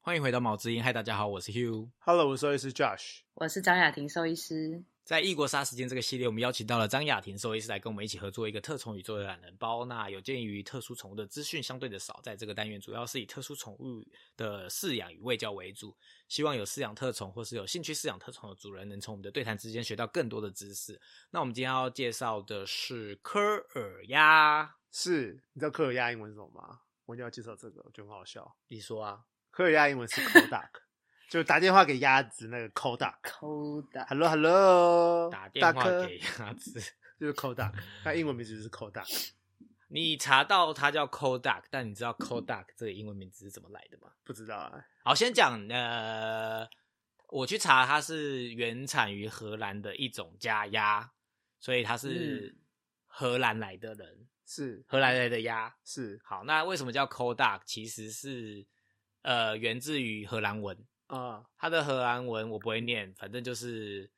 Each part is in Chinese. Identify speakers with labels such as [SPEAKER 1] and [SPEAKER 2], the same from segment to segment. [SPEAKER 1] 欢迎回到毛之音，嗨，大家好，我是 Hugh。
[SPEAKER 2] Hello，我是兽医师 Josh。
[SPEAKER 3] 我是张雅婷兽医师。
[SPEAKER 1] 在异国杀时间这个系列，我们邀请到了张雅婷兽医师来跟我们一起合作一个特宠宇宙的懒人包。那有鉴于特殊宠物的资讯相对的少，在这个单元主要是以特殊宠物的饲养与喂教为主，希望有饲养特宠或是有兴趣饲养特宠的主人能从我们的对谈之间学到更多的知识。那我们今天要介绍的是科尔鸭，
[SPEAKER 2] 是，你知道科尔鸭英文是什么吗？我就要介绍这个，我觉得很好笑。
[SPEAKER 1] 你说啊？
[SPEAKER 2] 科尔鸭英文是 Kodak，就是打电话给鸭子那个 Kodak。
[SPEAKER 3] 抠的，
[SPEAKER 2] Hello Hello，
[SPEAKER 1] 打电
[SPEAKER 2] 哦大
[SPEAKER 1] 话
[SPEAKER 2] 科
[SPEAKER 1] 给鸭子。
[SPEAKER 2] 就是 Kodak，那英文名字就是 Kodak，
[SPEAKER 1] 你查到它叫 Kodak，但你知道 Kodak 这个英文名字是怎么来的吗？
[SPEAKER 2] 不知道啊。
[SPEAKER 1] 好，先讲呃，我去查，它是原产于荷兰的一种家鸭，所以它是荷兰来的人，
[SPEAKER 2] 是
[SPEAKER 1] 荷兰来的鸭。
[SPEAKER 2] 是
[SPEAKER 1] 好，那为什么叫 Kodak？其实是呃源自于荷兰文，
[SPEAKER 2] 啊，
[SPEAKER 1] 它的荷兰文我不会念，反正就是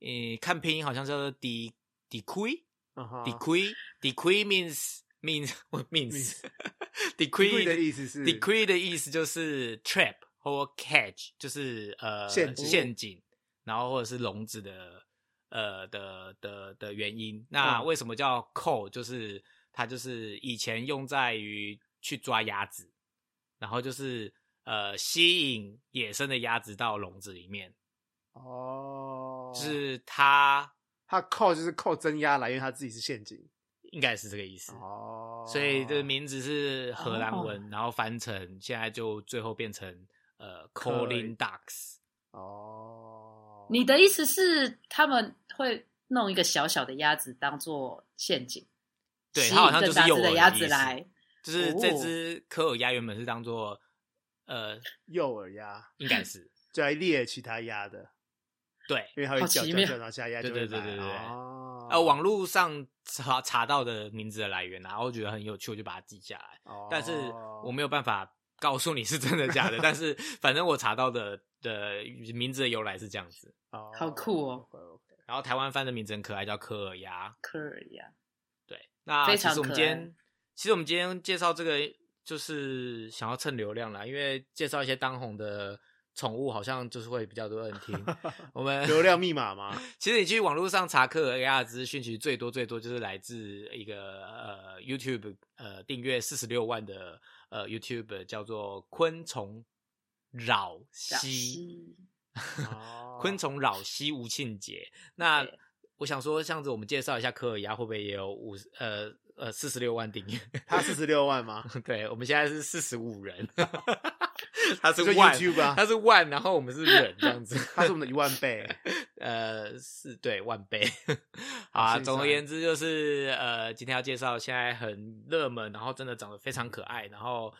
[SPEAKER 1] 嗯，看拼音好像叫做 d d q u i
[SPEAKER 2] 嗯哈
[SPEAKER 1] d q u i d q u i means means what means
[SPEAKER 2] Means-
[SPEAKER 1] d q u i
[SPEAKER 2] Decree 的意思是
[SPEAKER 1] decree 的意思就是 trap 或 catch，就是呃
[SPEAKER 2] 陷阱
[SPEAKER 1] 陷阱，然后或者是笼子的呃的的的原因。那
[SPEAKER 2] 嗯
[SPEAKER 1] 为什么叫扣？就是它就是以前用在于去抓鸭子，然后就是呃吸引野生的鸭子到笼子里面，
[SPEAKER 2] 哦，
[SPEAKER 1] 就是它
[SPEAKER 2] 他扣就是扣真鸭来，因为他自己是陷阱
[SPEAKER 1] 应该是这个意思。
[SPEAKER 2] 哦，
[SPEAKER 1] 所以这个名字是荷兰文，然后翻成现在就最后变成呃 calling ducks。
[SPEAKER 2] 哦，
[SPEAKER 3] 你的意思是他们会弄一个小小的鸭子当做陷阱，
[SPEAKER 1] 对，
[SPEAKER 3] 吸
[SPEAKER 1] 它好
[SPEAKER 3] 引
[SPEAKER 1] 像就
[SPEAKER 3] 更
[SPEAKER 1] 是
[SPEAKER 3] 大
[SPEAKER 1] 诱
[SPEAKER 3] 只
[SPEAKER 1] 饵
[SPEAKER 3] 的
[SPEAKER 1] 意
[SPEAKER 3] 鸭子
[SPEAKER 1] 思
[SPEAKER 3] 来，
[SPEAKER 1] 就是这
[SPEAKER 2] 哦
[SPEAKER 1] 只科尔鸭原本是当做呃，
[SPEAKER 2] 诱饵鸭
[SPEAKER 1] 应 该是
[SPEAKER 2] 就来猎其他鸭的，
[SPEAKER 1] 对。
[SPEAKER 2] 因为它会
[SPEAKER 3] 好
[SPEAKER 2] 叫
[SPEAKER 3] 奇
[SPEAKER 2] 叫
[SPEAKER 3] 妙
[SPEAKER 2] 叫，然后其他鸭就会
[SPEAKER 1] 对对对对对对
[SPEAKER 2] 来哦，
[SPEAKER 1] 呃，网络上查查到的名字的来源啊，然后觉得很有趣，我就把它记下来。
[SPEAKER 2] 哦，
[SPEAKER 1] 但是我没有办法告诉你是真的假的，但 是反正我查到的的名字的由来是这样子。
[SPEAKER 2] 哦
[SPEAKER 3] 好酷哦
[SPEAKER 2] ，OK，OK，
[SPEAKER 1] 然后台湾翻的名字很可爱，叫科尔鸭。
[SPEAKER 3] 科尔鸭。
[SPEAKER 1] 对，那
[SPEAKER 3] 非
[SPEAKER 1] 其实
[SPEAKER 3] 常
[SPEAKER 1] 我们
[SPEAKER 3] 可
[SPEAKER 1] 今
[SPEAKER 3] 爱
[SPEAKER 1] 天，其实我们今天介绍这个，就是想要蹭流量啦，因为介绍一些当红的宠物，好像就是会比较多人 听。我们
[SPEAKER 2] 流量密码吗？
[SPEAKER 1] 其实你去网络上查克尔 AR 资讯，其实最多最多就是来自一个呃 YouTube 呃订阅四十六万的呃 YouTube 叫做昆虫扰西。
[SPEAKER 3] 西
[SPEAKER 2] 哦
[SPEAKER 1] 昆虫 扰西吴庆杰。那
[SPEAKER 3] 对
[SPEAKER 1] 我想说，像子我们介绍一下科尔鸭，会不会也有五十呃呃四十六万订阅？
[SPEAKER 2] 他四十六万吗？
[SPEAKER 1] 对，我们现在是四十五 人，他是
[SPEAKER 2] 就
[SPEAKER 1] 万，
[SPEAKER 2] YouTube 啊
[SPEAKER 1] 他是万，然后我们是人这样子，
[SPEAKER 2] 他是我们的一万倍，
[SPEAKER 1] 呃是对万倍 好啊。
[SPEAKER 2] 是是
[SPEAKER 1] 总而言之，就是呃，今天要介绍现在很热门，然后真的长得非常可爱，然后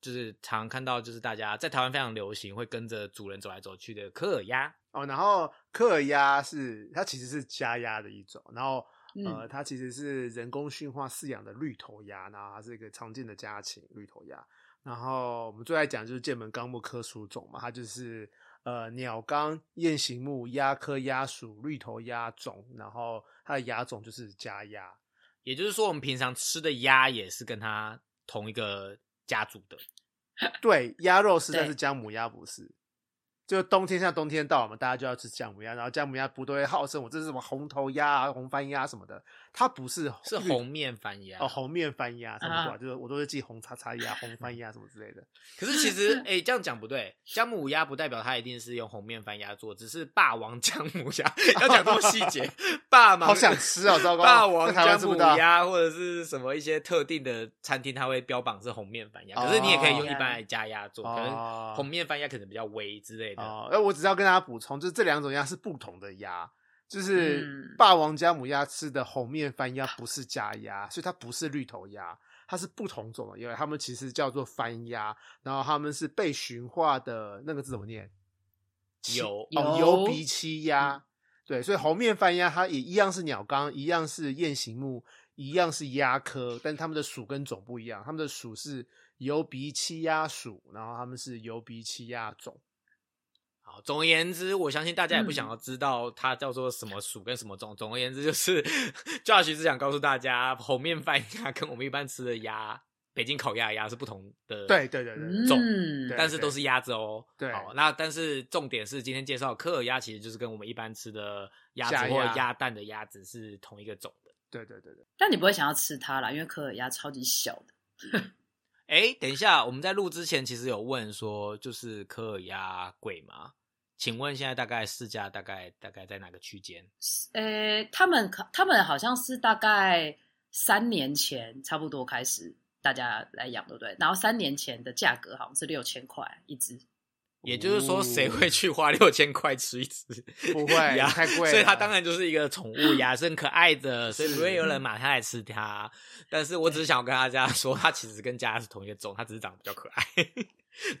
[SPEAKER 1] 就是常看到就是大家在台湾非常流行，会跟着主人走来走去的科尔鸭。
[SPEAKER 2] 哦，然后克尔鸭是它其实是家鸭的一种，然后呃，
[SPEAKER 3] 嗯
[SPEAKER 2] 它其实是人工驯化饲养的绿头鸭，然后它是一个常见的家禽绿头鸭。然后我们最爱讲就是剑门纲目科属种嘛，它就是呃鸟纲、雁形目、鸭科鸭属绿头鸭种，然后它的鸭种就是家鸭。
[SPEAKER 1] 也就是说，我们平常吃的鸭也是跟它同一个家族的。
[SPEAKER 2] 对，鸭肉是，但
[SPEAKER 3] 对
[SPEAKER 2] 是姜母鸭不是。就冬天，像冬天到了嘛，大家就要吃姜母鸭，然后姜母鸭不都会号称我这是什么红头鸭、啊、红番鸭什么的，它不是
[SPEAKER 1] 是红面番鸭
[SPEAKER 2] 哦红面番鸭什么的，
[SPEAKER 3] 啊
[SPEAKER 2] 就是我都会记红叉叉鸭、红番鸭什么之类 的。
[SPEAKER 1] 可是其实，哎、这样讲不对。姜母鸭不代表它一定是用红面番鸭做，只是霸王姜母鸭要讲多细节。霸王
[SPEAKER 2] 好想吃哦，糟糕！
[SPEAKER 1] 霸王
[SPEAKER 2] 在台湾
[SPEAKER 1] 姜
[SPEAKER 2] 吃不
[SPEAKER 1] 母
[SPEAKER 2] 到，
[SPEAKER 1] 鸭或者是什么一些特定的餐厅，它会标榜是红面番鸭。
[SPEAKER 2] 哦
[SPEAKER 1] 可是你也可以用一般的加鸭做，
[SPEAKER 2] 哦
[SPEAKER 1] 可能红面番鸭可能比较微之类的。
[SPEAKER 2] 哦，哎，我只是要跟大家补充，就是这两种鸭是不同的鸭，就是
[SPEAKER 3] 嗯
[SPEAKER 2] 霸王姜母鸭吃的红面番鸭不是家鸭，所以它不是绿头鸭，它是不同种的，因为它们其实叫做番鸭，然后它们是被驯化的那个字怎么念？
[SPEAKER 1] 有嗯
[SPEAKER 2] 哦，
[SPEAKER 3] 有
[SPEAKER 2] 油鼻漆鸭。对，所以红面番鸭它也一样是鸟纲，一样是雁形目，一样是鸭科，但它们的属跟种不一样，它们的属是油鼻漆鸭属，然后它们是油鼻漆鸭种。
[SPEAKER 1] 好，总而言之，我相信大家也不
[SPEAKER 3] 嗯
[SPEAKER 1] 想要知道它叫做什么属跟什么种。总 而言之，就是 Josh 只想告诉大家，红面番鸭跟我们一般吃的鸭北京烤鸭的鸭是不同的，
[SPEAKER 2] 对对对对对，
[SPEAKER 1] 重
[SPEAKER 3] 嗯，
[SPEAKER 2] 对
[SPEAKER 1] 但是都是鸭子哦。
[SPEAKER 2] 对
[SPEAKER 1] 好，那但是重点是今天介绍的科尔鸭其实就是跟我们一般吃的鸭
[SPEAKER 2] 下
[SPEAKER 1] 子或
[SPEAKER 2] 鸭
[SPEAKER 1] 鸭蛋的鸭子是同一个种的。
[SPEAKER 2] 对对对对，
[SPEAKER 3] 但你不会想要吃它啦，因为科尔鸭超级小的。
[SPEAKER 1] 哎，等一下，我们在录之前其实有问说，就是科尔鸭贵吗？请问现在大概市价大概大概在哪个区间？
[SPEAKER 3] 呃，他们可他们好像是大概三年前差不多开始大家来养，对不对？然后三年前的价格好像是六千块一只，
[SPEAKER 1] 也就是说，谁会去花六千块吃一只？
[SPEAKER 2] 哦 不 会
[SPEAKER 1] 鸭
[SPEAKER 2] 太贵了
[SPEAKER 1] 所以它当然就是一个宠物鸭，是很可爱的，所以不
[SPEAKER 2] 是
[SPEAKER 1] 会有人买它来吃它。但是我只是想要跟大家说，它其实跟家是同一个种，它只是长得比较可爱，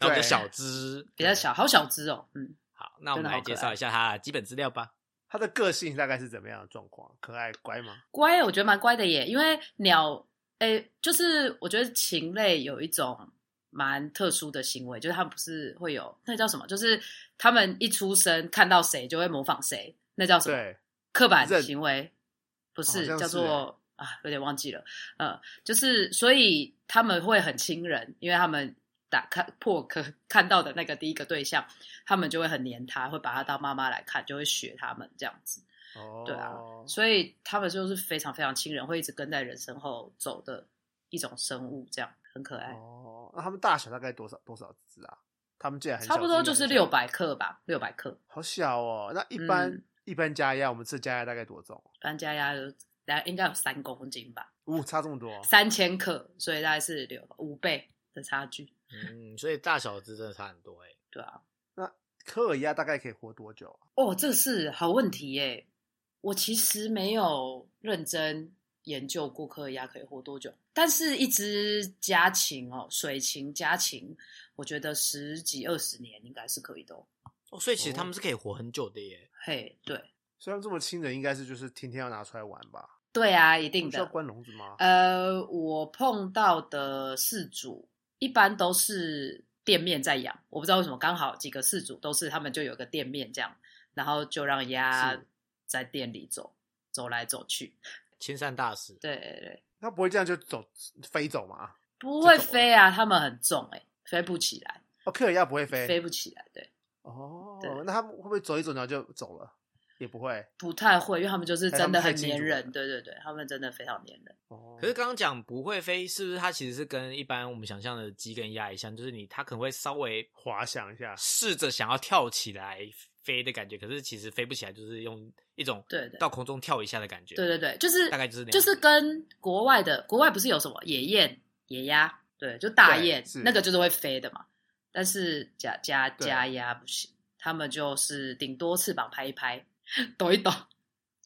[SPEAKER 1] 然后比较小只，嗯
[SPEAKER 3] 比较。小，好小只哦。嗯，
[SPEAKER 1] 好，那我们
[SPEAKER 3] 真的好
[SPEAKER 1] 来
[SPEAKER 3] 可爱
[SPEAKER 1] 介绍一下它的基本资料吧。
[SPEAKER 2] 它的个性大概是怎么样的状况？可爱乖吗？
[SPEAKER 3] 乖，我觉得蛮乖的耶，因为鸟，诶，就是我觉得禽类有一种蛮特殊的行为，就是它们不是会有那叫什么？就是它们一出生看到谁就会模仿谁，那叫什么？
[SPEAKER 2] 对，
[SPEAKER 3] 刻板
[SPEAKER 2] 认
[SPEAKER 3] 行为，不是,、
[SPEAKER 2] 好像是
[SPEAKER 3] 叫做啊，有点忘记了，呃，就是所以他们会很亲人，因为他们打开破壳看到的那个第一个对象，他们就会很黏他，会把他当妈妈来看，就会学他们这样子，
[SPEAKER 2] 哦，
[SPEAKER 3] 对啊所以他们就是非常非常亲人，会一直跟在人身后走的一种生物，这样很可爱。
[SPEAKER 2] 哦，那它们大小大概多少多少只啊？它们竟然很小
[SPEAKER 3] 差不多就是六，
[SPEAKER 2] 真的很
[SPEAKER 3] 百克吧，六百克。
[SPEAKER 2] 小好小哦。那一般、
[SPEAKER 3] 嗯
[SPEAKER 2] 一般家鸭，我们吃家鸭大概多重？
[SPEAKER 3] 搬家鸭有大概应该有三公斤吧，
[SPEAKER 2] 哦，差这么多，
[SPEAKER 3] 三千克，所以大概是六五倍的差距。
[SPEAKER 1] 嗯，所以大小只真的差很多哎、
[SPEAKER 3] 对啊，
[SPEAKER 2] 科尔鸭大概可以活多久啊？
[SPEAKER 3] 哦，这是好问题耶！我其实没有认真研究过科尔鸭可以活多久，但是一只家禽哦，水禽家禽，我觉得十几二十年应该是可以的、哦。
[SPEAKER 1] 哦，所以其实
[SPEAKER 2] 哦
[SPEAKER 1] 它们是可以活很久的耶。
[SPEAKER 3] 嘿，对
[SPEAKER 2] 虽然这么亲人，应该是就是天天要拿出来玩吧？
[SPEAKER 3] 对啊，一定
[SPEAKER 2] 不需要
[SPEAKER 3] 的。
[SPEAKER 2] 关笼子吗？
[SPEAKER 3] 呃，我碰到的饲主一般都是店面在养，我不知道为什么刚好几个饲主都是他们就有个店面这样，然后就让鸭
[SPEAKER 2] 是
[SPEAKER 3] 在店里走走来走去。
[SPEAKER 1] 亲善大使，
[SPEAKER 3] 对对对。
[SPEAKER 2] 它不会这样就走飞走吗？
[SPEAKER 3] 不会
[SPEAKER 2] 这种
[SPEAKER 3] 飞啊，它们很重哎、飞不起来，
[SPEAKER 2] 哦，科尔鸭不会飞，
[SPEAKER 3] 飞不起来，对，
[SPEAKER 2] 哦
[SPEAKER 3] 对，
[SPEAKER 2] 那它们会不会走一走然后就走了？也不会
[SPEAKER 3] 不太会，因为它们就是真的很
[SPEAKER 2] 哎它
[SPEAKER 3] 粘
[SPEAKER 2] 们太
[SPEAKER 3] 人，
[SPEAKER 2] 清
[SPEAKER 3] 对对对，它们真的非常粘人，
[SPEAKER 2] 哦。
[SPEAKER 1] 可是刚刚讲不会飞，是不是它其实是跟一般我们想象的鸡跟鸭一样，就是你它可能会稍微呃
[SPEAKER 2] 滑翔一下，
[SPEAKER 1] 试着想要跳起来飞的感觉，可是其实飞不起来，就是用一种
[SPEAKER 3] 对对
[SPEAKER 1] 到空中跳一下的感觉。
[SPEAKER 3] 对对对，就是
[SPEAKER 1] 大概就是那样
[SPEAKER 3] 就是跟国外的国外不是有什么野雁、野鸭，对，就大
[SPEAKER 2] 对
[SPEAKER 3] 雁
[SPEAKER 2] 是
[SPEAKER 3] 那个就是会飞的嘛，但是家家
[SPEAKER 2] 对
[SPEAKER 3] 家鸭不行，它们就是顶多翅膀拍一拍，抖一抖，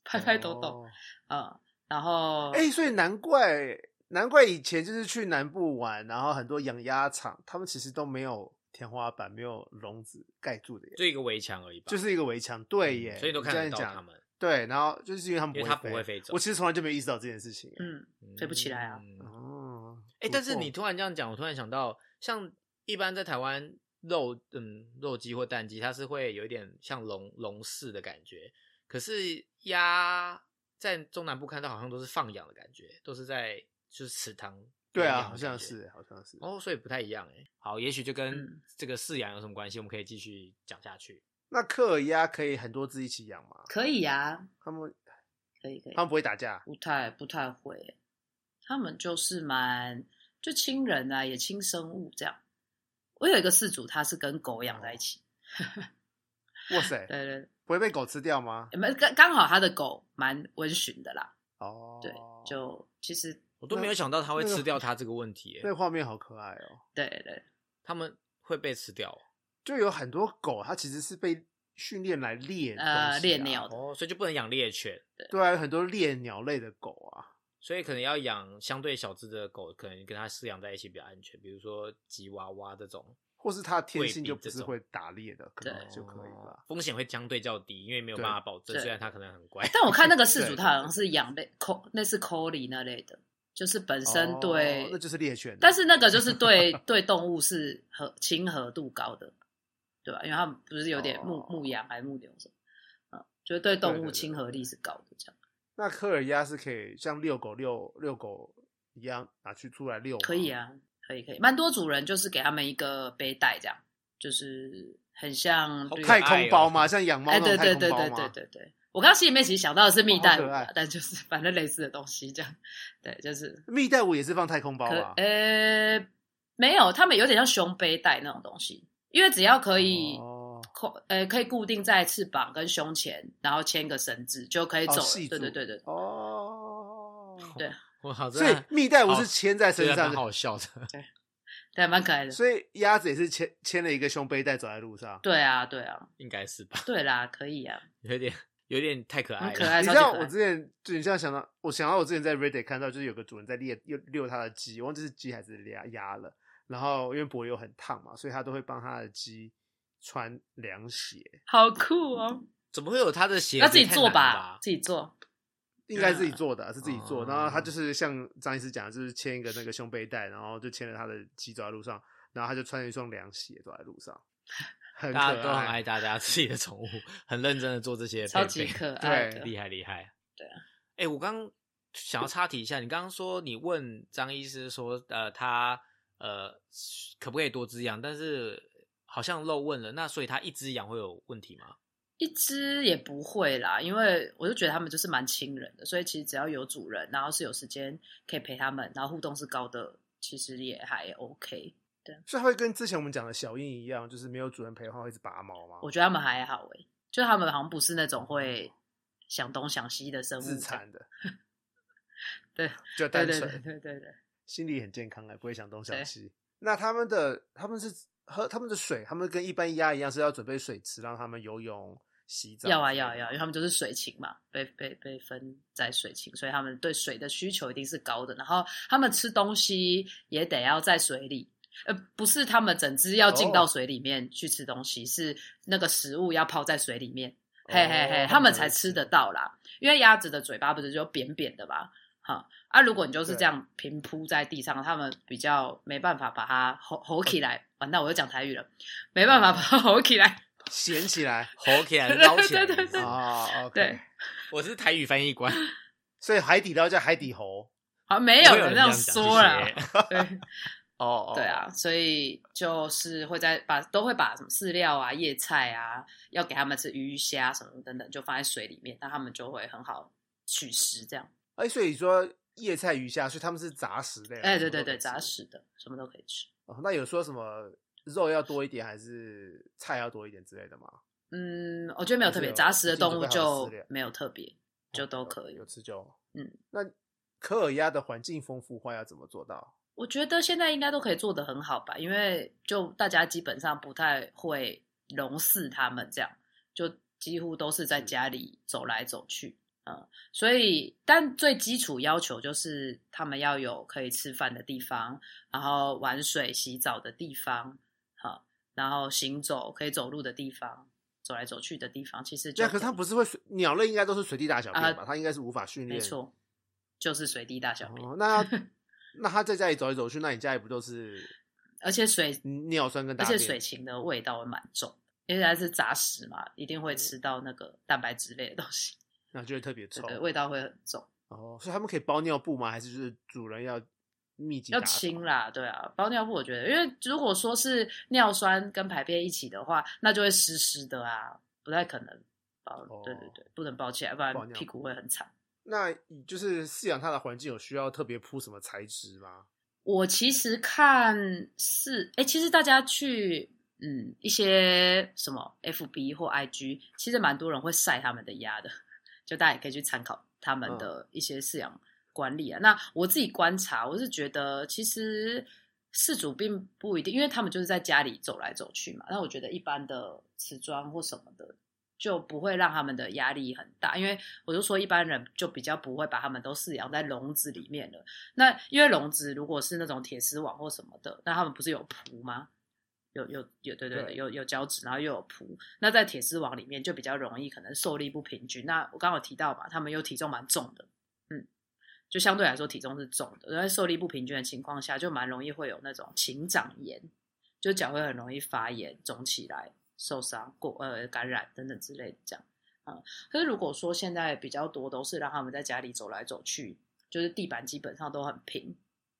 [SPEAKER 3] 拍拍抖抖，
[SPEAKER 2] 哦。
[SPEAKER 3] 嗯，然后
[SPEAKER 2] 哎、所以难怪难怪以前就是去南部玩，然后很多养鸭场，他们其实都没有天花板，没有笼子盖住的耶，
[SPEAKER 1] 就一个围墙而已吧，
[SPEAKER 2] 就是一个围墙，对耶，
[SPEAKER 1] 嗯所以都看得
[SPEAKER 2] 你这
[SPEAKER 1] 到
[SPEAKER 2] 样
[SPEAKER 1] 它
[SPEAKER 2] 讲。
[SPEAKER 1] 们，
[SPEAKER 2] 对，然后就是因为他们
[SPEAKER 1] 因为它不会飞走
[SPEAKER 2] 我其实从来就没意识到这件事情耶。
[SPEAKER 3] 嗯，飞不起来啊
[SPEAKER 1] 嗯
[SPEAKER 2] 哦，
[SPEAKER 1] 哎、但是
[SPEAKER 2] 不错
[SPEAKER 1] 你突然这样讲，我突然想到，像一般在台湾肉，嗯，肉鸡或蛋鸡，它是会有一点像笼笼式的感觉。可是鸭在中南部看到好像都是放养的感觉，都是在就是池塘里
[SPEAKER 2] 对
[SPEAKER 1] 养
[SPEAKER 2] 啊，
[SPEAKER 1] 的
[SPEAKER 2] 好像
[SPEAKER 1] 感觉
[SPEAKER 2] 是，好像是。
[SPEAKER 1] 哦，所以不太一样哎。好，也许就跟
[SPEAKER 3] 嗯
[SPEAKER 1] 这个饲养有什么关系，我们可以继续讲下去。
[SPEAKER 2] 那克尔鸭可以很多只一起养吗？
[SPEAKER 3] 可以啊，
[SPEAKER 2] 他们
[SPEAKER 3] 可以可以
[SPEAKER 2] 他，们不会打架
[SPEAKER 3] 不太不太会，他们就是蛮就亲人啊，也亲生物这样。我有一个饲主，他是跟狗养在一起，
[SPEAKER 2] 哇
[SPEAKER 1] 哦
[SPEAKER 2] 塞，
[SPEAKER 3] 对对
[SPEAKER 2] 不会被狗吃掉吗？
[SPEAKER 3] 对，没刚刚好他的狗蛮温驯的啦，
[SPEAKER 2] 哦，
[SPEAKER 3] 对，就其实
[SPEAKER 1] 我都没有想到它会
[SPEAKER 2] 那个
[SPEAKER 1] 吃 掉它这个问题
[SPEAKER 2] 那
[SPEAKER 1] 哎，
[SPEAKER 2] 个画面好可爱哦。
[SPEAKER 3] 对对
[SPEAKER 1] 它们会被吃掉哦
[SPEAKER 2] 就有很多狗，它其实是被训练来猎东西啊
[SPEAKER 3] 呃猎鸟的
[SPEAKER 1] 哦，所以就不能养猎犬。
[SPEAKER 2] 对啊，有很多猎鸟类的狗啊，
[SPEAKER 1] 所以可能要养相对小只的狗，可能跟它饲养在一起比较安全，比如说吉娃娃这种，哦
[SPEAKER 2] 或是它天
[SPEAKER 1] 贵
[SPEAKER 2] 性
[SPEAKER 1] 宾
[SPEAKER 2] 就不
[SPEAKER 1] 这
[SPEAKER 2] 是
[SPEAKER 1] 种
[SPEAKER 2] 会打猎的，可能
[SPEAKER 3] 对
[SPEAKER 2] 就可以了。
[SPEAKER 1] 风险会相对较低，因为没有
[SPEAKER 2] 对
[SPEAKER 1] 办法保证，
[SPEAKER 3] 对
[SPEAKER 1] 虽然它可能很乖。
[SPEAKER 3] 但我看那个饲
[SPEAKER 2] 哎 对
[SPEAKER 3] 主，他好像是养类抠，那是抠里那类的，就是本身对，
[SPEAKER 2] 哦那就是猎犬啊，
[SPEAKER 3] 但是那个就是 对对动物是和亲和度高的，对吧？因为他们不是有点牧、
[SPEAKER 2] 哦
[SPEAKER 3] 牧羊还是牧牛什么，嗯，就是对
[SPEAKER 2] 对
[SPEAKER 3] 动
[SPEAKER 2] 对
[SPEAKER 3] 物
[SPEAKER 2] 对
[SPEAKER 3] 亲和力是高的这样。
[SPEAKER 2] 那科尔鸭是可以像遛狗遛遛狗一样拿去出来遛。
[SPEAKER 3] 可以，啊，可以可以，蛮多主人就是给他们一个背带，这样就是很像
[SPEAKER 1] 好
[SPEAKER 3] 绿
[SPEAKER 2] 太
[SPEAKER 1] 可爱
[SPEAKER 2] 空包
[SPEAKER 1] 哦
[SPEAKER 2] 嘛，像养猫
[SPEAKER 3] 哎，
[SPEAKER 2] 那
[SPEAKER 3] 对
[SPEAKER 2] 种
[SPEAKER 3] 对对
[SPEAKER 2] 太空包
[SPEAKER 3] 对
[SPEAKER 2] 嘛。
[SPEAKER 3] 对对对，我刚刚心里面其实想到的是蜜袋鼯
[SPEAKER 2] 好可爱
[SPEAKER 3] 啊，但就是反正类似的东西这样，对，就是
[SPEAKER 2] 蜜袋鼯也是放太空包啊
[SPEAKER 3] 可
[SPEAKER 2] 吧？
[SPEAKER 3] 呃没有，他们有点像胸背带那种东西，因为只要可以
[SPEAKER 2] 哦，
[SPEAKER 3] 扣呃可以固定在翅膀跟胸前，然后牵个绳子就可以
[SPEAKER 2] 哦
[SPEAKER 3] 走
[SPEAKER 2] 系
[SPEAKER 3] 了，对对
[SPEAKER 2] 住
[SPEAKER 3] 对对，
[SPEAKER 2] 哦，
[SPEAKER 3] 对
[SPEAKER 1] 我好
[SPEAKER 2] 所以
[SPEAKER 1] 像
[SPEAKER 2] 蜜袋鼯是牵在
[SPEAKER 1] 觉
[SPEAKER 2] 身
[SPEAKER 1] 得蛮
[SPEAKER 2] 上的，
[SPEAKER 1] 好笑的。
[SPEAKER 3] 对，蛮可爱的，
[SPEAKER 2] 所以鸭子也是牵牵了一个胸背带走在路上。
[SPEAKER 3] 对啊对啊
[SPEAKER 1] 应该是吧？
[SPEAKER 3] 对啦，可以啊，
[SPEAKER 1] 有点有点太可爱了，
[SPEAKER 3] 很可爱
[SPEAKER 2] 你
[SPEAKER 3] 超
[SPEAKER 2] 知
[SPEAKER 3] 级
[SPEAKER 2] 道
[SPEAKER 3] 可
[SPEAKER 2] 我
[SPEAKER 3] 爱
[SPEAKER 2] 之前就你这样想到，我想到我之前在 Reddit 看到，就是有个主人在猎遛遛他的鸡，我忘记是鸡还是鸭鸭了。然后因为柏油很烫嘛，所以他都会帮他的鸡穿凉鞋，
[SPEAKER 3] 好酷哦，
[SPEAKER 1] 怎么会有他的鞋？
[SPEAKER 3] 要自己做
[SPEAKER 1] 吧
[SPEAKER 3] 吧，，自己做，
[SPEAKER 2] 应该自己做的啊，是自己做。
[SPEAKER 1] 哦
[SPEAKER 2] 然后他就是像张医师讲的，就是牵一个那个胸背带，然后就牵着他的鸡走在路上，然后他就穿着一双凉鞋走在路上，很可
[SPEAKER 1] 大家都很
[SPEAKER 2] 爱。
[SPEAKER 1] 爱大家自己的宠物，很认真的做这些配备，
[SPEAKER 3] 超级可爱
[SPEAKER 2] 对
[SPEAKER 3] 的，
[SPEAKER 1] 厉害厉害。
[SPEAKER 3] 对啊，
[SPEAKER 1] 哎、我刚想要插题一下，你刚刚说你问张医师说，呃，他呃可不可以多只养，但是好像漏问了，那所以他一只养会有问题吗？
[SPEAKER 3] 一只也不会啦，因为我就觉得他们就是蛮亲人的，所以其实只要有主人，然后是有时间可以陪他们，然后互动是高的，其实也还 OK。
[SPEAKER 2] 所以它会跟之前我们讲的小印一样，就是没有主人陪的话会一直拔毛吗？
[SPEAKER 3] 我觉得他们还好诶、就他们好像不是那种会想东想西的生物。
[SPEAKER 2] 自残的，
[SPEAKER 3] 对，对
[SPEAKER 2] 就单
[SPEAKER 3] 对
[SPEAKER 2] 纯，
[SPEAKER 3] 对对对对，
[SPEAKER 2] 心理很健康哎，不会想东想
[SPEAKER 3] 对
[SPEAKER 2] 西。那他们的他们是喝他们的水，他们跟一般鸭一样是要准备水池让他们游泳、洗澡之类
[SPEAKER 3] 要
[SPEAKER 2] 的吗。哦
[SPEAKER 3] 啊要啊要啊，因为他们就是水禽嘛，被被被分在水禽，所以他们对水的需求一定是高的。然后他们吃东西也得要在水里，呃，不是他们整只要进
[SPEAKER 2] 哦
[SPEAKER 3] 到水里面去吃东西，是那个食物要泡在水里面，
[SPEAKER 2] 哦
[SPEAKER 3] 嘿嘿嘿，他
[SPEAKER 2] 他
[SPEAKER 3] 们
[SPEAKER 2] 们才
[SPEAKER 3] 才
[SPEAKER 2] 会
[SPEAKER 3] 吃
[SPEAKER 2] 吃
[SPEAKER 3] 得到啦。因为鸭子的嘴巴不是就扁扁的嘛，哈啊，如果你就是
[SPEAKER 2] 对
[SPEAKER 3] 这样平铺在地上，他们比较没办法把它吼吼起来。完蛋，我又讲台语了，没办法把它 吼起来。
[SPEAKER 2] 闲起来
[SPEAKER 1] 吼起来捞起来，
[SPEAKER 3] 对 对对对
[SPEAKER 2] 啊、o k
[SPEAKER 3] 对，
[SPEAKER 1] 我是台语翻译官，
[SPEAKER 2] 所以海底捞叫海底猴。
[SPEAKER 3] 好像没
[SPEAKER 1] 不
[SPEAKER 3] 有
[SPEAKER 1] 会有人
[SPEAKER 3] 人这样
[SPEAKER 1] 这样讲
[SPEAKER 3] 说啦
[SPEAKER 1] 谢。
[SPEAKER 3] 对
[SPEAKER 2] 哦哦
[SPEAKER 3] 对，啊，所以就是会在把都会把什么饲料啊、叶菜啊，要给他们吃鱼虾什么等等，就放在水里面，那他们就会很好取食。这样，
[SPEAKER 2] 哎，所以说叶菜鱼虾，所以他们是杂食类啊。
[SPEAKER 3] 哎，
[SPEAKER 2] 什么
[SPEAKER 3] 对对
[SPEAKER 2] 都可以
[SPEAKER 3] 对，杂
[SPEAKER 2] 吃。
[SPEAKER 3] 食的，什么都可以吃。
[SPEAKER 2] 哦那有说什么肉要多一点，还是菜要多一点之类的吗？
[SPEAKER 3] 嗯，我觉得没有特
[SPEAKER 2] 还是
[SPEAKER 3] 别，
[SPEAKER 2] 有
[SPEAKER 3] 杂食的动物
[SPEAKER 2] 已经准备好
[SPEAKER 3] 就
[SPEAKER 2] 的饲料
[SPEAKER 3] 没有特别，就都可以
[SPEAKER 2] 哦有。吃就。
[SPEAKER 3] 嗯，
[SPEAKER 2] 那科尔鸭的环境丰富化要怎么做到？
[SPEAKER 3] 我觉得现在应该都可以做得很好吧，因为就大家基本上不太会笼饲它们，这样就几乎都是在家里走来走去，嗯，所以但最基础要求就是他们要有可以吃饭的地方，然后玩水、洗澡的地方，好、然后行走可以走路的地方，走来走去的地方，其实
[SPEAKER 2] 对
[SPEAKER 3] 就
[SPEAKER 2] 啊，可是它
[SPEAKER 3] 以
[SPEAKER 2] 不是会随鸟类应该都是随地大小便
[SPEAKER 3] 啊
[SPEAKER 2] 吧？它应该是无法训练。
[SPEAKER 3] 没错，就是随地大小便，
[SPEAKER 2] 哦， 那它那它在家里走来走去，那你家里不都是嗯
[SPEAKER 3] 而且水
[SPEAKER 2] 尿酸跟大
[SPEAKER 3] 而
[SPEAKER 2] 便？
[SPEAKER 3] 且水禽的味道会蛮重的，因为它是杂食嘛，一定会吃到那个蛋白质类的东西，
[SPEAKER 2] 那就会特别
[SPEAKER 3] 对
[SPEAKER 2] 臭。
[SPEAKER 3] 对，味道会很重，
[SPEAKER 2] 哦，所以他们可以包尿布吗？还是就是主人要密集
[SPEAKER 3] 要
[SPEAKER 2] 打扫
[SPEAKER 3] 清啦，对啊，包尿布我觉得，因为如果说是尿酸跟排便一起的话，那就会湿湿的啊，不太可能包，
[SPEAKER 2] 哦
[SPEAKER 3] 对对对，不能包起来，不
[SPEAKER 2] 包
[SPEAKER 3] 然
[SPEAKER 2] 尿
[SPEAKER 3] 屁股会很惨。
[SPEAKER 2] 那就是饲养它的环境有需要特别铺什么材质吗？
[SPEAKER 3] 我其实看是，哎、其实大家去嗯一些什么 FB 或 IG，其实蛮多人会晒他们的鸭的，就大家也可以去参考他们的一些饲养管理啊。那我自己观察，我是觉得其实饲主并不一定，因为他们就是在家里走来走去嘛。那我觉得一般的瓷砖或什么的。就不会让他们的压力很大，因为我就说一般人就比较不会把他们都饲养在笼子里面了。那因为笼子如果是那种铁丝网或什么的，那他们不是有蹼吗？有有有，对对
[SPEAKER 2] 对
[SPEAKER 3] 对，有有胶质，然后又有蹼。那在铁丝网里面就比较容易可能受力不平均。那我刚好提到嘛，他们又体重蛮重的，嗯，就相对来说体重是重的，在受力不平均的情况下，就蛮容易会有那种禽长炎，就脚会很容易发炎、肿起来、受伤、过呃感染等等啊之类的这样。可是如果说现在比较多都是让他们在家里走来走去，就是地板基本上都很平，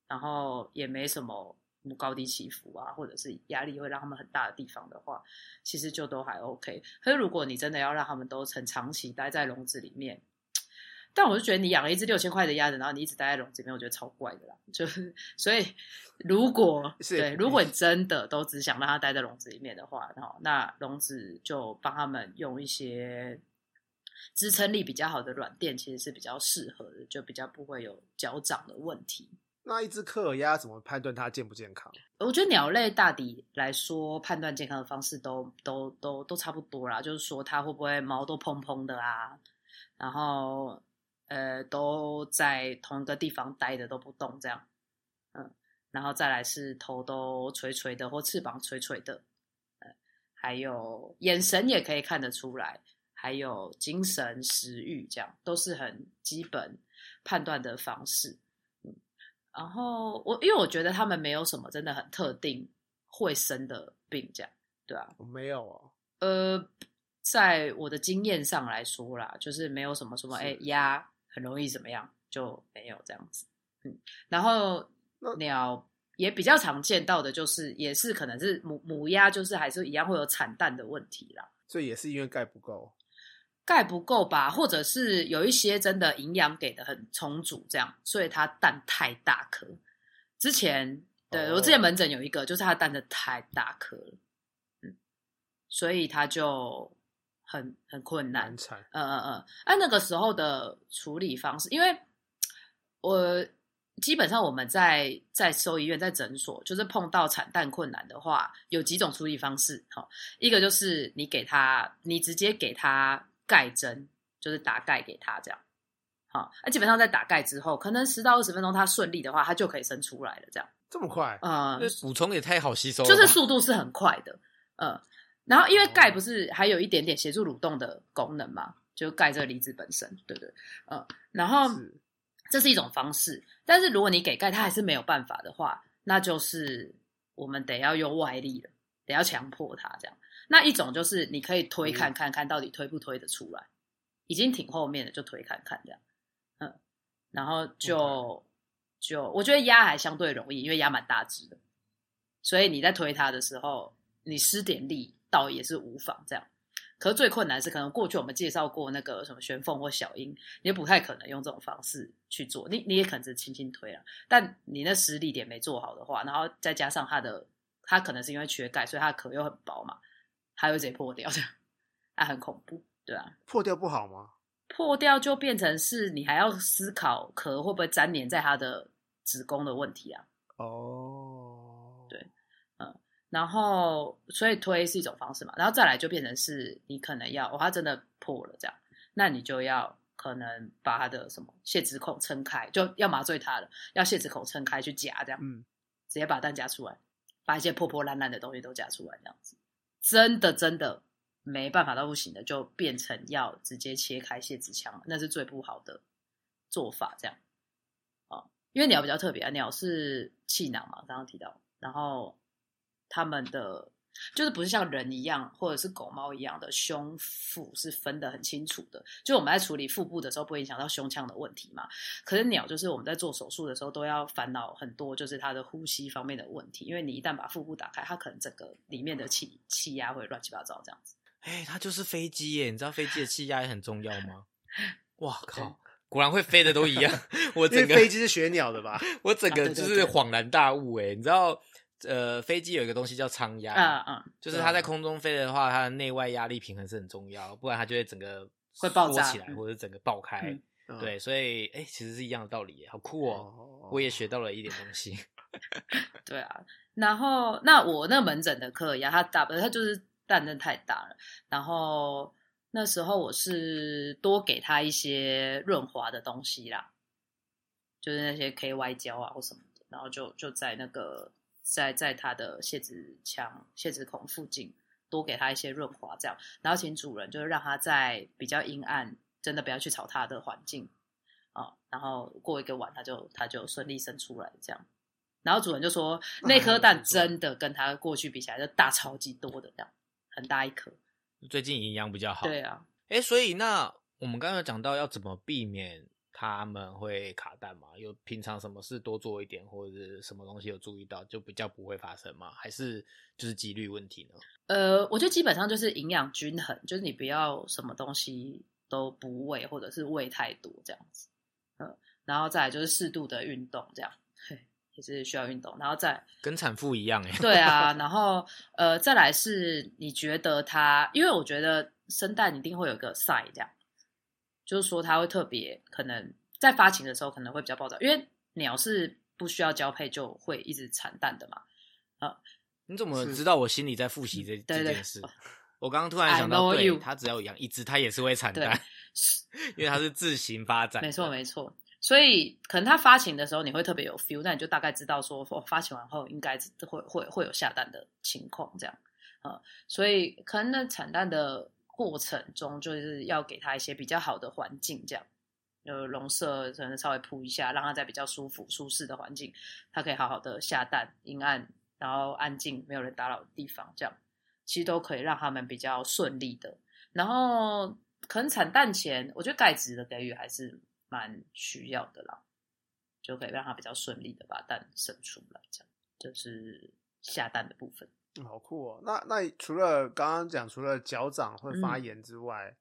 [SPEAKER 3] 然后也没什么高低起伏啊，或者是压力会让他们很大的地方的话，其实就都还 OK。可是如果你真的要让他们都很长期待在笼子里面，但我就觉得你养了一只六千块的鸭子，然后你一直待在笼子里面，我觉得超怪的啦。 就是所以，如果
[SPEAKER 2] 是
[SPEAKER 3] 对，如果你真的都只想让它待在笼子里面的话，哦，那笼子就帮他们用一些支撑力比较好的软垫，其实是比较适合的，就比较不会有脚掌的问题。
[SPEAKER 2] 那一只科尔鸭怎么判断它健不健康？
[SPEAKER 3] 我觉得鸟类大抵来说，判断健康的方式都都都都差不多啦，就是说它会不会毛都蓬蓬的啊，然后呃都在同一个地方待着都不动这样，嗯，然后再来是头都垂垂的或翅膀垂垂的，呃，还有眼神也可以看得出来，还有精神食欲这样都是很基本判断的方式。然后我因为我觉得他们没有什么真的很特定会生的病，这样对啊，
[SPEAKER 2] 没有哦，
[SPEAKER 3] 呃，在我的经验上来说啦，就是没有什么什么
[SPEAKER 2] 是
[SPEAKER 3] 哎鸭很容易怎么样就没有这样子，嗯，然后
[SPEAKER 2] 那
[SPEAKER 3] 鸟也比较常见到的就是也是可能是母母鸭就是还是一样会有产蛋的问题啦，
[SPEAKER 2] 所以也是因为钙不够。
[SPEAKER 3] 钙不够吧，或者是有一些真的营养给的很充足，这样，所以它蛋太大颗。之前对、
[SPEAKER 2] 哦
[SPEAKER 3] 我之前门诊有一个，就是它的蛋真的太大颗了，嗯，所以它就很很困难
[SPEAKER 2] 难。产
[SPEAKER 3] 嗯嗯嗯，按、那个时候的处理方式，因为我基本上我们在在兽医院在诊所，就是碰到产蛋困难的话，有几种处理方式。好、一个就是你给他，你直接给他钙针，就是打钙给他这样。好，那、基本上在打钙之后，可能十到二十分钟，它顺利的话，它就可以生出来了。这样，
[SPEAKER 2] 这么快，
[SPEAKER 3] 嗯，
[SPEAKER 1] 这补充也太好吸收了吧，
[SPEAKER 3] 就是速度是很快的，嗯。然后因为
[SPEAKER 2] 哦
[SPEAKER 3] 钙不是还有一点点协助蠕动的功能嘛，就钙这个离子本身，对对，嗯。然后
[SPEAKER 2] 是
[SPEAKER 3] 这是一种方式，但是如果你给钙它还是没有办法的话，那就是我们得要用外力了，得要强迫它这样。那一种就是你可以推
[SPEAKER 1] 哦
[SPEAKER 2] 嗯
[SPEAKER 3] 看看看到底推不推得出来，已经挺后面了就推看看这样，嗯，然后就就我觉得压还相对容易，因为压蛮大只的，所以你在推它的时候，你施点力倒也是无妨这样。可是最困难是，可能过去我们介绍过那个什么玄凤或小鹰，你就不太可能用这种方式去做，你你也可能只轻轻推了，但你那施力点没做好的话，然后再加上它的它可能是因为缺钙，所以它的壳又很薄嘛，它会直接破掉，这样， 那很恐怖，对啊，
[SPEAKER 2] 破掉不好吗？
[SPEAKER 3] 破掉就变成是你还要思考壳会不会粘连在它的子宫的问题啊，
[SPEAKER 2] 哦，
[SPEAKER 3] 对然后所以推是一种方式嘛，然后再来就变成是你可能要，哦，它真的破了这样，那你就要可能把它的什么泄殖孔撑开，就要麻醉它了，要泄殖孔撑开去夹这样，
[SPEAKER 2] 嗯，
[SPEAKER 3] 直接把蛋夹出来，把一些破破烂烂的东西都夹出来，这样子，真的真的没办法到不行的，就变成要直接切开泄殖腔了，那是最不好的做法，这样。哦，因为鸟比较特别啊，鸟是气囊嘛，刚刚提到，然后它们的就是不是像人一样，或者是狗猫一样的胸腹是分得很清楚的，就我们在处理腹部的时候，不会影响到胸腔的问题嘛。可是鸟就是我们在做手术的时候都要烦恼很多，就是它的呼吸方面的问题，因为你一旦把腹部打开，它可能整个里面的气气压会乱七八糟这样子。
[SPEAKER 1] 哎、它就是飞机耶，你知道飞机的气压也很重要吗？哇靠！果然会飞的都一样， 我
[SPEAKER 2] 因为
[SPEAKER 1] 整个
[SPEAKER 2] 飞机是学鸟的 吧？
[SPEAKER 1] 我整
[SPEAKER 3] 啊
[SPEAKER 1] 个
[SPEAKER 3] 对对
[SPEAKER 1] 就是
[SPEAKER 3] 对
[SPEAKER 1] 恍然大悟哎，你知道呃飞机有一个东西叫舱压，
[SPEAKER 3] 啊嗯，
[SPEAKER 1] 就是它在空中飞的话，它的内外压力平衡是很重要，不然它就会整个
[SPEAKER 3] 会爆
[SPEAKER 1] 缩
[SPEAKER 3] 炸
[SPEAKER 1] 起来，
[SPEAKER 3] 嗯
[SPEAKER 1] 或者整个爆开。
[SPEAKER 3] 嗯
[SPEAKER 2] 嗯
[SPEAKER 1] 对，，所以哎、其实是一样的道理耶，好酷哦！
[SPEAKER 2] 哦
[SPEAKER 1] 我也学到了一点 东西。
[SPEAKER 3] 对啊。然后那我那门诊的科压，它大不它就是蛋真的太大了，然后那时候我是多给它一些润滑的东西啦，就是那些 KY 胶啊或什么的，然后就就在那个在在它的泄殖腔、泄殖孔附近多给它一些润滑，这样，然后请主人就是让它在比较阴暗，真的不要去吵它的环境啊、哦然后过一个晚它就它就顺利生出来这样。然后主人就说，
[SPEAKER 2] 那
[SPEAKER 3] 那
[SPEAKER 2] 还
[SPEAKER 3] 颗
[SPEAKER 2] 有
[SPEAKER 3] 蛋
[SPEAKER 2] 生出来
[SPEAKER 3] 真的跟它过去比起来，就大超级多的，这样很大一颗。
[SPEAKER 1] 最近营养比较好，
[SPEAKER 3] 对啊，
[SPEAKER 1] 哎，所以那我们刚刚有讲到要怎么避免他们会卡蛋吗？有平常什么事多做一点，或者是什么东西有注意到，就比较不会发生吗？还是就是几率问题呢？
[SPEAKER 3] 呃，我觉得基本上就是营养均衡，就是你不要什么东西都不喂，或者是喂太多这样子。嗯，然后再来就是适度的运动，这样嘿也是需要运动。然后再
[SPEAKER 1] 跟产妇一样哎、
[SPEAKER 3] 对啊，然后呃，再来是你觉得它，因为我觉得生蛋一定会有一个 sign 这样，就是说它会特别可能在发情的时候可能会比较暴躁，因为鸟是不需要交配就会一直产蛋的嘛。
[SPEAKER 1] 你怎么
[SPEAKER 2] 是
[SPEAKER 1] 知道我心里在复习这
[SPEAKER 3] 对
[SPEAKER 1] 这
[SPEAKER 3] 对
[SPEAKER 1] 件事？我刚刚突然想到，
[SPEAKER 3] I know
[SPEAKER 1] 对
[SPEAKER 3] you
[SPEAKER 1] 它只要养一只，它也是会产蛋， 因为它是自行发展的。
[SPEAKER 3] 没错，没错。所以可能它发情的时候你会特别有 feel，那你就大概知道说，哦，发情完后应该会会会有下蛋的情况这样。呃，所以可能那产蛋的过程中，就是要给它一些比较好的环境，这样，呃，笼舍可能稍微铺一下，让它在比较舒服舒适的环境，它可以好好的下蛋，阴暗，然后安静，没有人打扰的地方，这样，其实都可以让它们比较顺利的然后可能产蛋前，我觉得钙质的给予还是蛮需要的啦，就可以让它比较顺利的把蛋生出来，这样就是下蛋的部分。
[SPEAKER 2] 嗯好酷哦！那那除了刚刚讲，除了脚掌会发
[SPEAKER 3] 嗯
[SPEAKER 2] 炎之外，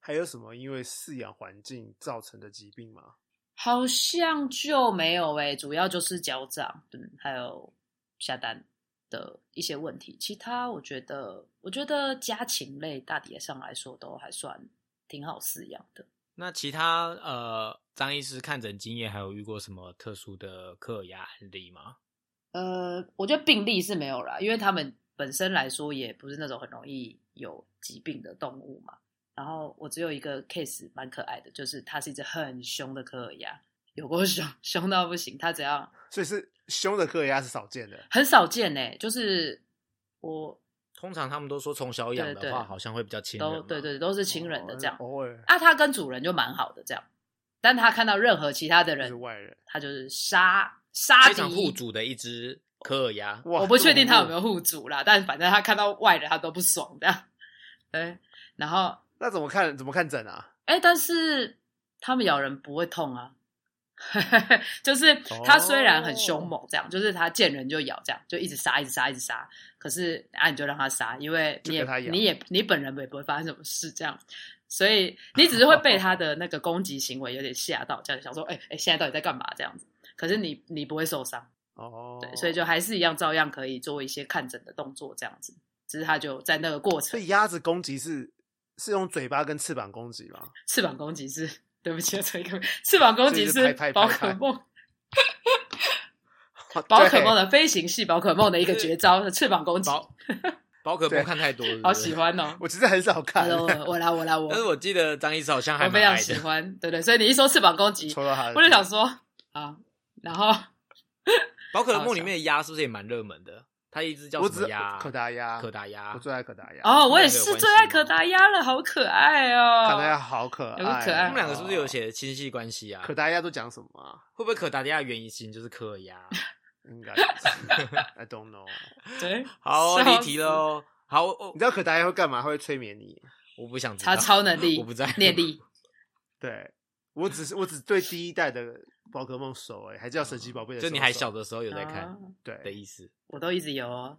[SPEAKER 2] 还有什么因为饲养环境造成的疾病吗？
[SPEAKER 3] 好像就没有诶、主要就是脚掌，嗯，还有下蛋的一些问题。其他我觉得，我觉得家禽类大体上来说都还算挺好饲养的。
[SPEAKER 1] 那其他呃，张医师看诊经验还有遇过什么特殊的克牙案例吗？
[SPEAKER 3] 呃，我觉得病例是没有啦，因为他们本身来说也不是那种很容易有疾病的动物嘛。然后我只有一个 case 蛮可爱的，就是它是一只很凶的科尔鸭，有过凶凶到不行。它只要
[SPEAKER 2] 所以是凶的克雷亚是少见的，
[SPEAKER 3] 很少见呢、就是我
[SPEAKER 1] 通常他们都说从小养
[SPEAKER 3] 对
[SPEAKER 1] 的
[SPEAKER 3] 对
[SPEAKER 1] 话，好像会比较亲人嘛。
[SPEAKER 3] 都对对都是亲人的
[SPEAKER 2] 哦
[SPEAKER 3] 这样。
[SPEAKER 2] 偶尔
[SPEAKER 3] 啊，它跟主人就蛮好的这样，但它看到任何其他的
[SPEAKER 2] 就是
[SPEAKER 3] 人，
[SPEAKER 2] 外人。
[SPEAKER 3] 它就是杀杀
[SPEAKER 1] 非常护
[SPEAKER 3] 敌。
[SPEAKER 1] 主的一只科尔鸭，
[SPEAKER 2] 哇，
[SPEAKER 3] 我不确定他有没
[SPEAKER 2] 有。
[SPEAKER 3] 有护主啦，但反正他看到外人他都不爽这样。对，然后
[SPEAKER 2] 那怎么看？怎么看诊啊？
[SPEAKER 3] 哎、但是他们咬人不会痛啊， 就是它虽然很
[SPEAKER 2] 哦
[SPEAKER 3] 凶猛，这样、就是它见人就咬，这样就一直杀，一直杀，一直杀。可是啊，你就让它杀，因为你也
[SPEAKER 2] 就给它咬
[SPEAKER 3] 你也你本人也不会发生什么事，这样。所以你只是会被它的那个攻击行为有点吓到，这样想说，哎、哎、现在到底在干嘛这样子？可是你你不会受伤，
[SPEAKER 2] 哦，
[SPEAKER 3] 对，所以就还是一样，照样可以做一些看诊的动作，这样子。只是它就在那个过
[SPEAKER 2] 所
[SPEAKER 3] 程，
[SPEAKER 2] 以鸭子攻击是是用嘴巴跟翅膀攻击吗？
[SPEAKER 3] 翅膀攻击是，对不起， 这个翅膀攻击
[SPEAKER 2] 所以是
[SPEAKER 3] 是
[SPEAKER 2] 拍拍
[SPEAKER 3] 宝
[SPEAKER 2] 拍
[SPEAKER 3] 可
[SPEAKER 2] 拍
[SPEAKER 3] 梦
[SPEAKER 2] 哦
[SPEAKER 3] 宝可梦
[SPEAKER 2] 对
[SPEAKER 3] 的飞行系宝可梦的一个绝招，翅膀攻击，
[SPEAKER 1] 宝 宝可
[SPEAKER 2] 对
[SPEAKER 1] 梦看太多了，
[SPEAKER 3] 好喜。欢 哦！
[SPEAKER 2] 我其实很少看，
[SPEAKER 3] 我我来我来我，
[SPEAKER 1] 但是
[SPEAKER 3] 我
[SPEAKER 1] 我记得张医师好像嗯还
[SPEAKER 3] 非
[SPEAKER 1] 蛮
[SPEAKER 3] 常
[SPEAKER 1] 矮
[SPEAKER 3] 喜
[SPEAKER 1] 的，
[SPEAKER 3] 欢，对对，所以你一说翅膀攻击，
[SPEAKER 2] 戳到他的
[SPEAKER 3] 我就想说啊，然后
[SPEAKER 1] 宝可梦里面的鸭是不是也蛮热门的？它一只叫
[SPEAKER 2] 我
[SPEAKER 1] 什
[SPEAKER 2] 只
[SPEAKER 1] 么鸭？
[SPEAKER 2] 可达鸭，
[SPEAKER 1] 可达鸭
[SPEAKER 2] 我。最爱可达鸭。
[SPEAKER 3] 哦，我也
[SPEAKER 1] 那个有
[SPEAKER 3] 是
[SPEAKER 1] 关
[SPEAKER 3] 最
[SPEAKER 1] 系
[SPEAKER 3] 爱
[SPEAKER 1] 吗
[SPEAKER 3] 可达鸭了，好可爱
[SPEAKER 2] 可达鸭
[SPEAKER 3] 哦！
[SPEAKER 2] 好可爱，
[SPEAKER 3] 有个可爱
[SPEAKER 1] 他们两个是不是有？写亲戚关系啊？
[SPEAKER 2] 哎哦可达鸭都讲什么啊？
[SPEAKER 1] 会不会可达鸭的原型就是啊科尔 鸭？
[SPEAKER 2] 应该是 I don't know。
[SPEAKER 3] 对，
[SPEAKER 1] 好，
[SPEAKER 3] 笑
[SPEAKER 1] 离
[SPEAKER 3] 死
[SPEAKER 1] 题喽。好，我
[SPEAKER 2] 你知道可达鸭会干嘛？它会催眠你。
[SPEAKER 1] 我不想知道。
[SPEAKER 3] 他超能力，
[SPEAKER 1] 我不在乎
[SPEAKER 3] 念力，
[SPEAKER 2] 对我只是我只对第一代的宝可梦熟哎，还叫神奇宝贝的时
[SPEAKER 1] 就
[SPEAKER 2] 候熟。
[SPEAKER 1] 你还小的时候有在
[SPEAKER 3] 啊
[SPEAKER 1] 看的
[SPEAKER 2] 嗯对
[SPEAKER 1] 意思。
[SPEAKER 3] 我都一直有哦。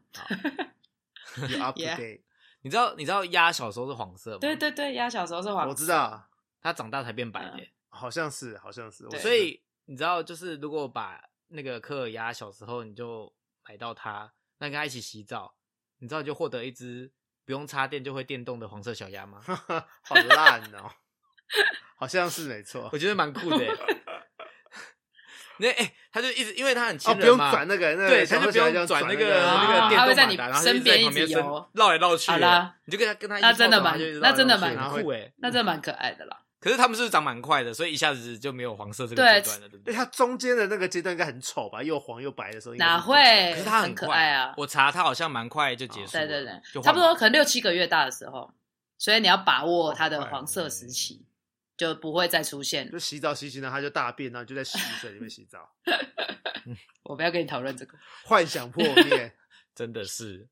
[SPEAKER 2] ，You up to
[SPEAKER 3] Yeah
[SPEAKER 2] date？
[SPEAKER 1] 你知道你知道鸭小时候是黄色吗？
[SPEAKER 3] 对，对对，鸭小时候是黄，
[SPEAKER 2] 我知，道，
[SPEAKER 1] 它长大才变白
[SPEAKER 2] 嗯
[SPEAKER 1] 的耶。
[SPEAKER 2] 好像是，好像是。我
[SPEAKER 3] 对
[SPEAKER 1] 所以你知道，就是如果把那个科尔鸭小时候你就买到它，那跟它一起洗澡，你知道你就获得一只不用插电就会电动的黄色小鸭吗？
[SPEAKER 2] 好烂哦， 好像是没错。
[SPEAKER 1] 我觉得蛮酷 的耶。 那哎、它就一直，因为它很
[SPEAKER 2] 哦，
[SPEAKER 1] 亲
[SPEAKER 2] 不
[SPEAKER 1] 人
[SPEAKER 2] 用
[SPEAKER 1] 嘛，
[SPEAKER 2] 转那个，那个
[SPEAKER 1] 对，
[SPEAKER 2] 小
[SPEAKER 1] 它就
[SPEAKER 2] 时
[SPEAKER 1] 不
[SPEAKER 2] 候
[SPEAKER 1] 用
[SPEAKER 2] 转
[SPEAKER 1] 那
[SPEAKER 2] 那
[SPEAKER 1] 个
[SPEAKER 3] 啊
[SPEAKER 1] 那个
[SPEAKER 3] 它会
[SPEAKER 1] 电动
[SPEAKER 3] 在
[SPEAKER 1] 马
[SPEAKER 3] 你
[SPEAKER 1] 达，然后它
[SPEAKER 3] 身
[SPEAKER 1] 一直
[SPEAKER 3] 边
[SPEAKER 1] 在
[SPEAKER 3] 一
[SPEAKER 1] 旁边
[SPEAKER 3] 直
[SPEAKER 1] 伸
[SPEAKER 3] 游
[SPEAKER 1] 绕来绕去
[SPEAKER 3] 好
[SPEAKER 1] 耶，
[SPEAKER 3] 啦
[SPEAKER 1] 你就跟它跟它一
[SPEAKER 3] 那
[SPEAKER 1] 起
[SPEAKER 3] 真的
[SPEAKER 1] 跳转啊
[SPEAKER 3] 蛮
[SPEAKER 1] 它就一直
[SPEAKER 3] 那
[SPEAKER 1] 绕来
[SPEAKER 3] 真的
[SPEAKER 1] 绕去
[SPEAKER 3] 蛮欸
[SPEAKER 1] 很
[SPEAKER 2] 酷
[SPEAKER 1] 酷哎。
[SPEAKER 3] 那真的蛮可爱的啦。
[SPEAKER 1] 可是他们是不是长蛮快的，所以一下子就没有黄色这个
[SPEAKER 3] 对
[SPEAKER 1] 阶段了，对不
[SPEAKER 2] 对
[SPEAKER 1] 对？
[SPEAKER 2] 它中间的那个阶段应该很丑吧，又黄又白的时候应该是
[SPEAKER 3] 哪
[SPEAKER 2] 很丑
[SPEAKER 3] 会
[SPEAKER 1] 可是它
[SPEAKER 3] 很可
[SPEAKER 1] 快
[SPEAKER 3] 爱啊哦
[SPEAKER 1] 我查它好像蛮快就结束了，
[SPEAKER 3] 对对对，
[SPEAKER 1] 就换
[SPEAKER 3] 差不多
[SPEAKER 1] 马
[SPEAKER 3] 可能六七个月大的时候，所以你要把握它
[SPEAKER 2] 好
[SPEAKER 3] 的
[SPEAKER 2] 快哦
[SPEAKER 3] 黄色时期，就不会再出现
[SPEAKER 2] 就。洗澡洗洗呢，它就大便，然后就在洗衣水里面洗澡，
[SPEAKER 3] 我不要跟你讨论这个。
[SPEAKER 2] 幻想破灭。
[SPEAKER 1] 真的是。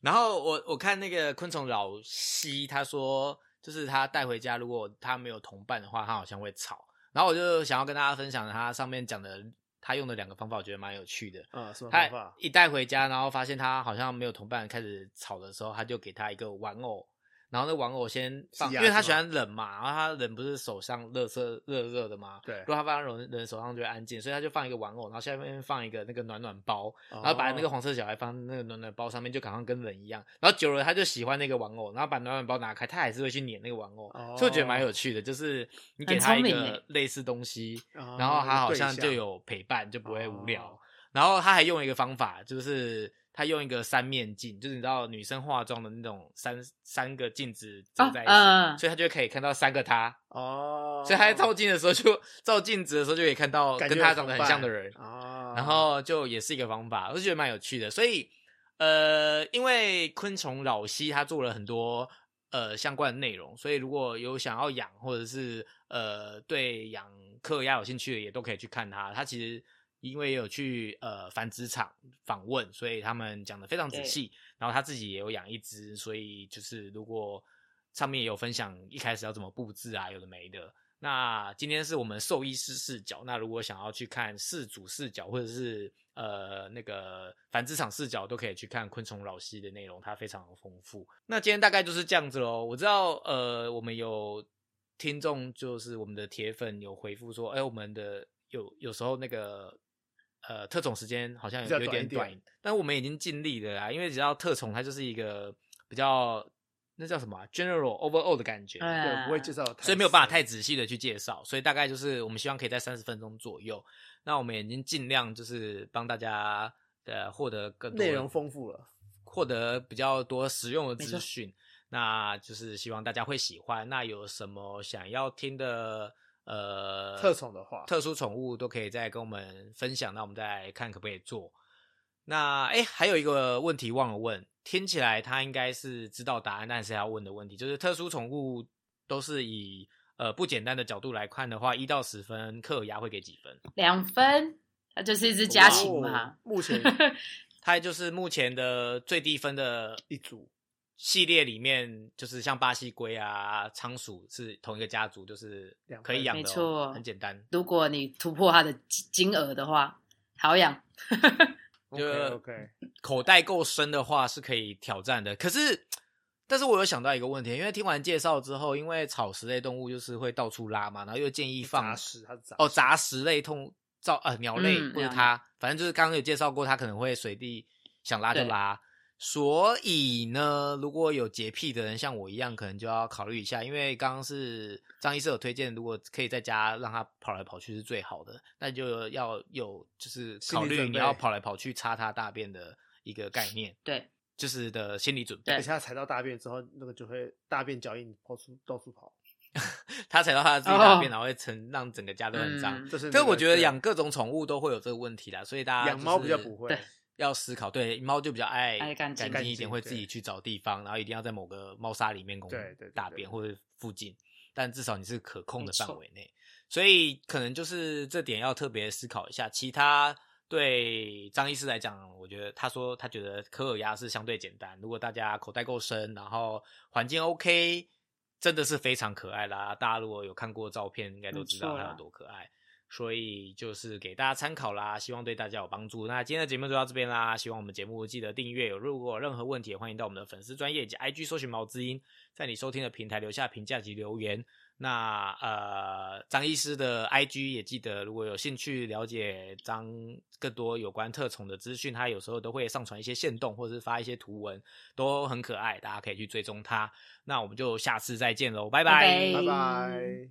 [SPEAKER 1] 然后我我看那个昆虫老西，他说就是他带回家，如果他没有同伴的话，他好像会吵。然后我就想要跟大家分享他上面讲的，他用的两个方法，我觉得蛮有趣的。
[SPEAKER 2] 啊，什么
[SPEAKER 1] 他
[SPEAKER 2] 方法？
[SPEAKER 1] 一带回家，然后发现他好像没有同伴，开始吵的时候，他就给他一个玩偶，然后那玩偶先放，
[SPEAKER 2] 是
[SPEAKER 1] 因
[SPEAKER 2] 呀
[SPEAKER 1] 为他
[SPEAKER 2] 是
[SPEAKER 1] 喜
[SPEAKER 2] 吗
[SPEAKER 1] 欢冷嘛，然后他冷不是手上热热热热的嘛，
[SPEAKER 2] 对哦
[SPEAKER 1] 如果他放在人人手上就会安静，所以他就放一个玩偶，然后下面放一个那个暖暖包，
[SPEAKER 2] 然
[SPEAKER 1] 然后把那个黄色小孩放在那个暖暖包上面，就好像跟人一样。然后久了他就喜欢那个玩偶，然后把暖暖包拿开，他还是会去撵那个玩偶，
[SPEAKER 2] 哦
[SPEAKER 1] 所以我觉得蛮有趣的，就是你给
[SPEAKER 3] 很
[SPEAKER 1] 他一
[SPEAKER 3] 聪明
[SPEAKER 1] 个
[SPEAKER 3] 欸
[SPEAKER 1] 类似东西，
[SPEAKER 2] 哦
[SPEAKER 1] 然后他好
[SPEAKER 2] 对
[SPEAKER 1] 像
[SPEAKER 2] 象
[SPEAKER 1] 就有陪伴，就不会无聊。
[SPEAKER 2] 哦
[SPEAKER 1] 然后他还用一个方法，就是他用一个三面镜，就是你知道女生化妆的那种三三个镜子照在一起，
[SPEAKER 3] 啊嗯
[SPEAKER 1] 所以他就可以看到三个他。
[SPEAKER 2] 哦，
[SPEAKER 1] 所以他在照镜的时候就 照镜子的时候就可以看到
[SPEAKER 2] 感
[SPEAKER 1] 跟
[SPEAKER 2] 觉
[SPEAKER 1] 他
[SPEAKER 2] 有
[SPEAKER 1] 长得
[SPEAKER 2] 同
[SPEAKER 1] 很像的
[SPEAKER 2] 伴
[SPEAKER 1] 人。
[SPEAKER 2] 啊，
[SPEAKER 1] 然后就也是一个方法，我就觉得蛮有趣的。所以，呃，因为昆虫老西他做了很多呃相关的内容，所以如果有想要养或者是呃对养克鸭有兴趣的，也都可以去看他。他其实因为有去呃繁殖场访问，所以他们讲的非常仔细。然后他自己也有养一只，所以就是如果上面也有分享一开始要怎么布置啊，有的没的。那今天是我们兽医师视角，那如果想要去看饲主视角或者是呃那个繁殖场视角，都可以去看昆虫老师的内容，它非常丰富。那今天大概就是这样子喽。我知道呃我们有听众就是我们的铁粉有回复说，哎、我们的有有时候那个。呃，特种时间好像
[SPEAKER 2] 比
[SPEAKER 1] 有
[SPEAKER 2] 较
[SPEAKER 1] 有
[SPEAKER 2] 短一
[SPEAKER 1] 点
[SPEAKER 2] 点
[SPEAKER 1] 短，但我们已经尽力了啦，因为只要特宠，它就是一个比较那叫什么啊、general overall 的感觉，
[SPEAKER 3] 哎
[SPEAKER 2] 对，不会介绍太深，
[SPEAKER 1] 所以没有办法太仔细的去介绍，所以大概就是我们希望可以在三十分钟左右。那我们已经尽量就是帮大家呃获得更多的
[SPEAKER 2] 内容丰富了。
[SPEAKER 1] 获得比较多实用的
[SPEAKER 3] 没
[SPEAKER 1] 资
[SPEAKER 3] 错
[SPEAKER 1] 讯，那就是希望大家会喜欢。那有什么想要听的呃
[SPEAKER 2] 特宠的话
[SPEAKER 1] 特殊宠物都可以再跟我们分享，那我们再看可不可以做。那哎，诶还有一个问题忘了问，听起来他应该是知道答案，但是要问的问题就是特殊宠物都是以呃不简单的角度来看的话，一到十分，克牙会给几分？
[SPEAKER 3] 两分，它就是一只家禽嘛
[SPEAKER 2] 哦。目前
[SPEAKER 1] 它就是目前的最低分的
[SPEAKER 2] 一组
[SPEAKER 1] 系列里面，就是像巴西龟啊、仓鼠是同一个家族，就是
[SPEAKER 2] 两
[SPEAKER 1] 可以
[SPEAKER 2] 分
[SPEAKER 1] 养的、哦，
[SPEAKER 3] 没错
[SPEAKER 1] 很简单。
[SPEAKER 3] 如果你突破它的金金额的话，好养。
[SPEAKER 2] ，OK OK，
[SPEAKER 1] 口袋够深的话是可以挑战的。可是，但是我有想到一个问题，因为听完介绍之后，因为草食类动物就是会到处拉嘛，然后又建议放
[SPEAKER 2] 杂食，它是杂
[SPEAKER 1] 哦
[SPEAKER 2] 食，
[SPEAKER 1] 杂食类动造呃鸟类
[SPEAKER 3] 嗯
[SPEAKER 1] 或者
[SPEAKER 3] 鸟类
[SPEAKER 1] 它，反正就是刚刚有介绍过，它可能会随地想拉就
[SPEAKER 3] 对
[SPEAKER 1] 拉。所以呢，如果有洁癖的人像我一样，可能就要考虑一下，因为刚刚是张医师有推荐，如果可以在家让它跑来跑去是最好的，那就要有就是
[SPEAKER 2] 心
[SPEAKER 1] 考
[SPEAKER 2] 理
[SPEAKER 1] 虑
[SPEAKER 2] 准
[SPEAKER 1] 你
[SPEAKER 2] 备
[SPEAKER 1] 要跑来跑去擦它大便的一个概念。
[SPEAKER 3] 对，
[SPEAKER 1] 就是的心理准备。
[SPEAKER 3] 对
[SPEAKER 2] 而且它踩到大便之后，那个就会大便脚印跑出到处跑，
[SPEAKER 1] 他踩到他自己大
[SPEAKER 3] 哦
[SPEAKER 1] 便，然后会成让整个家都很脏。
[SPEAKER 3] 嗯
[SPEAKER 2] 这是那个。
[SPEAKER 1] 但我觉得
[SPEAKER 2] 对
[SPEAKER 1] 养各种宠物都会有这个问题啦，所以大家
[SPEAKER 2] 养猫比较不
[SPEAKER 1] 会，
[SPEAKER 2] 会
[SPEAKER 3] 对，
[SPEAKER 1] 要思考。对，猫就比较爱
[SPEAKER 3] 爱干净
[SPEAKER 1] 干净一点，
[SPEAKER 2] 干净
[SPEAKER 1] 会自己
[SPEAKER 2] 对
[SPEAKER 1] 去找地方，然后一定要在某个猫砂里面公
[SPEAKER 2] 对对对对
[SPEAKER 1] 大便或者附近，但至少你是可控的
[SPEAKER 3] 没错
[SPEAKER 1] 范围内。所以可能就是这点要特别思考一下。其他对张医师来讲，我觉得他说他觉得科尔鸭是相对简单，如果大家口袋够深，然后环境 OK，真的是非常可爱啦。大家如果有看过照片，应该都知道
[SPEAKER 3] 没错
[SPEAKER 1] 它
[SPEAKER 3] 啦
[SPEAKER 1] 有多可爱。所以就是给大家参考啦，希望对大家有帮助。那今天的节目就到这边啦，希望我们节目记得订阅。有如果有任何问题，也欢迎到我们的粉丝专业以及 IG 搜寻毛知音，在你收听的平台留下评价及留言。那呃，张医师的 IG 也记得，如果有兴趣了解张更多有关特宠的资讯，他有时候都会上传一些线动，或者是发一些图文，都很可爱，大家可以去追踪他。那我们就下次再见喽，拜
[SPEAKER 3] 拜拜
[SPEAKER 2] 拜拜。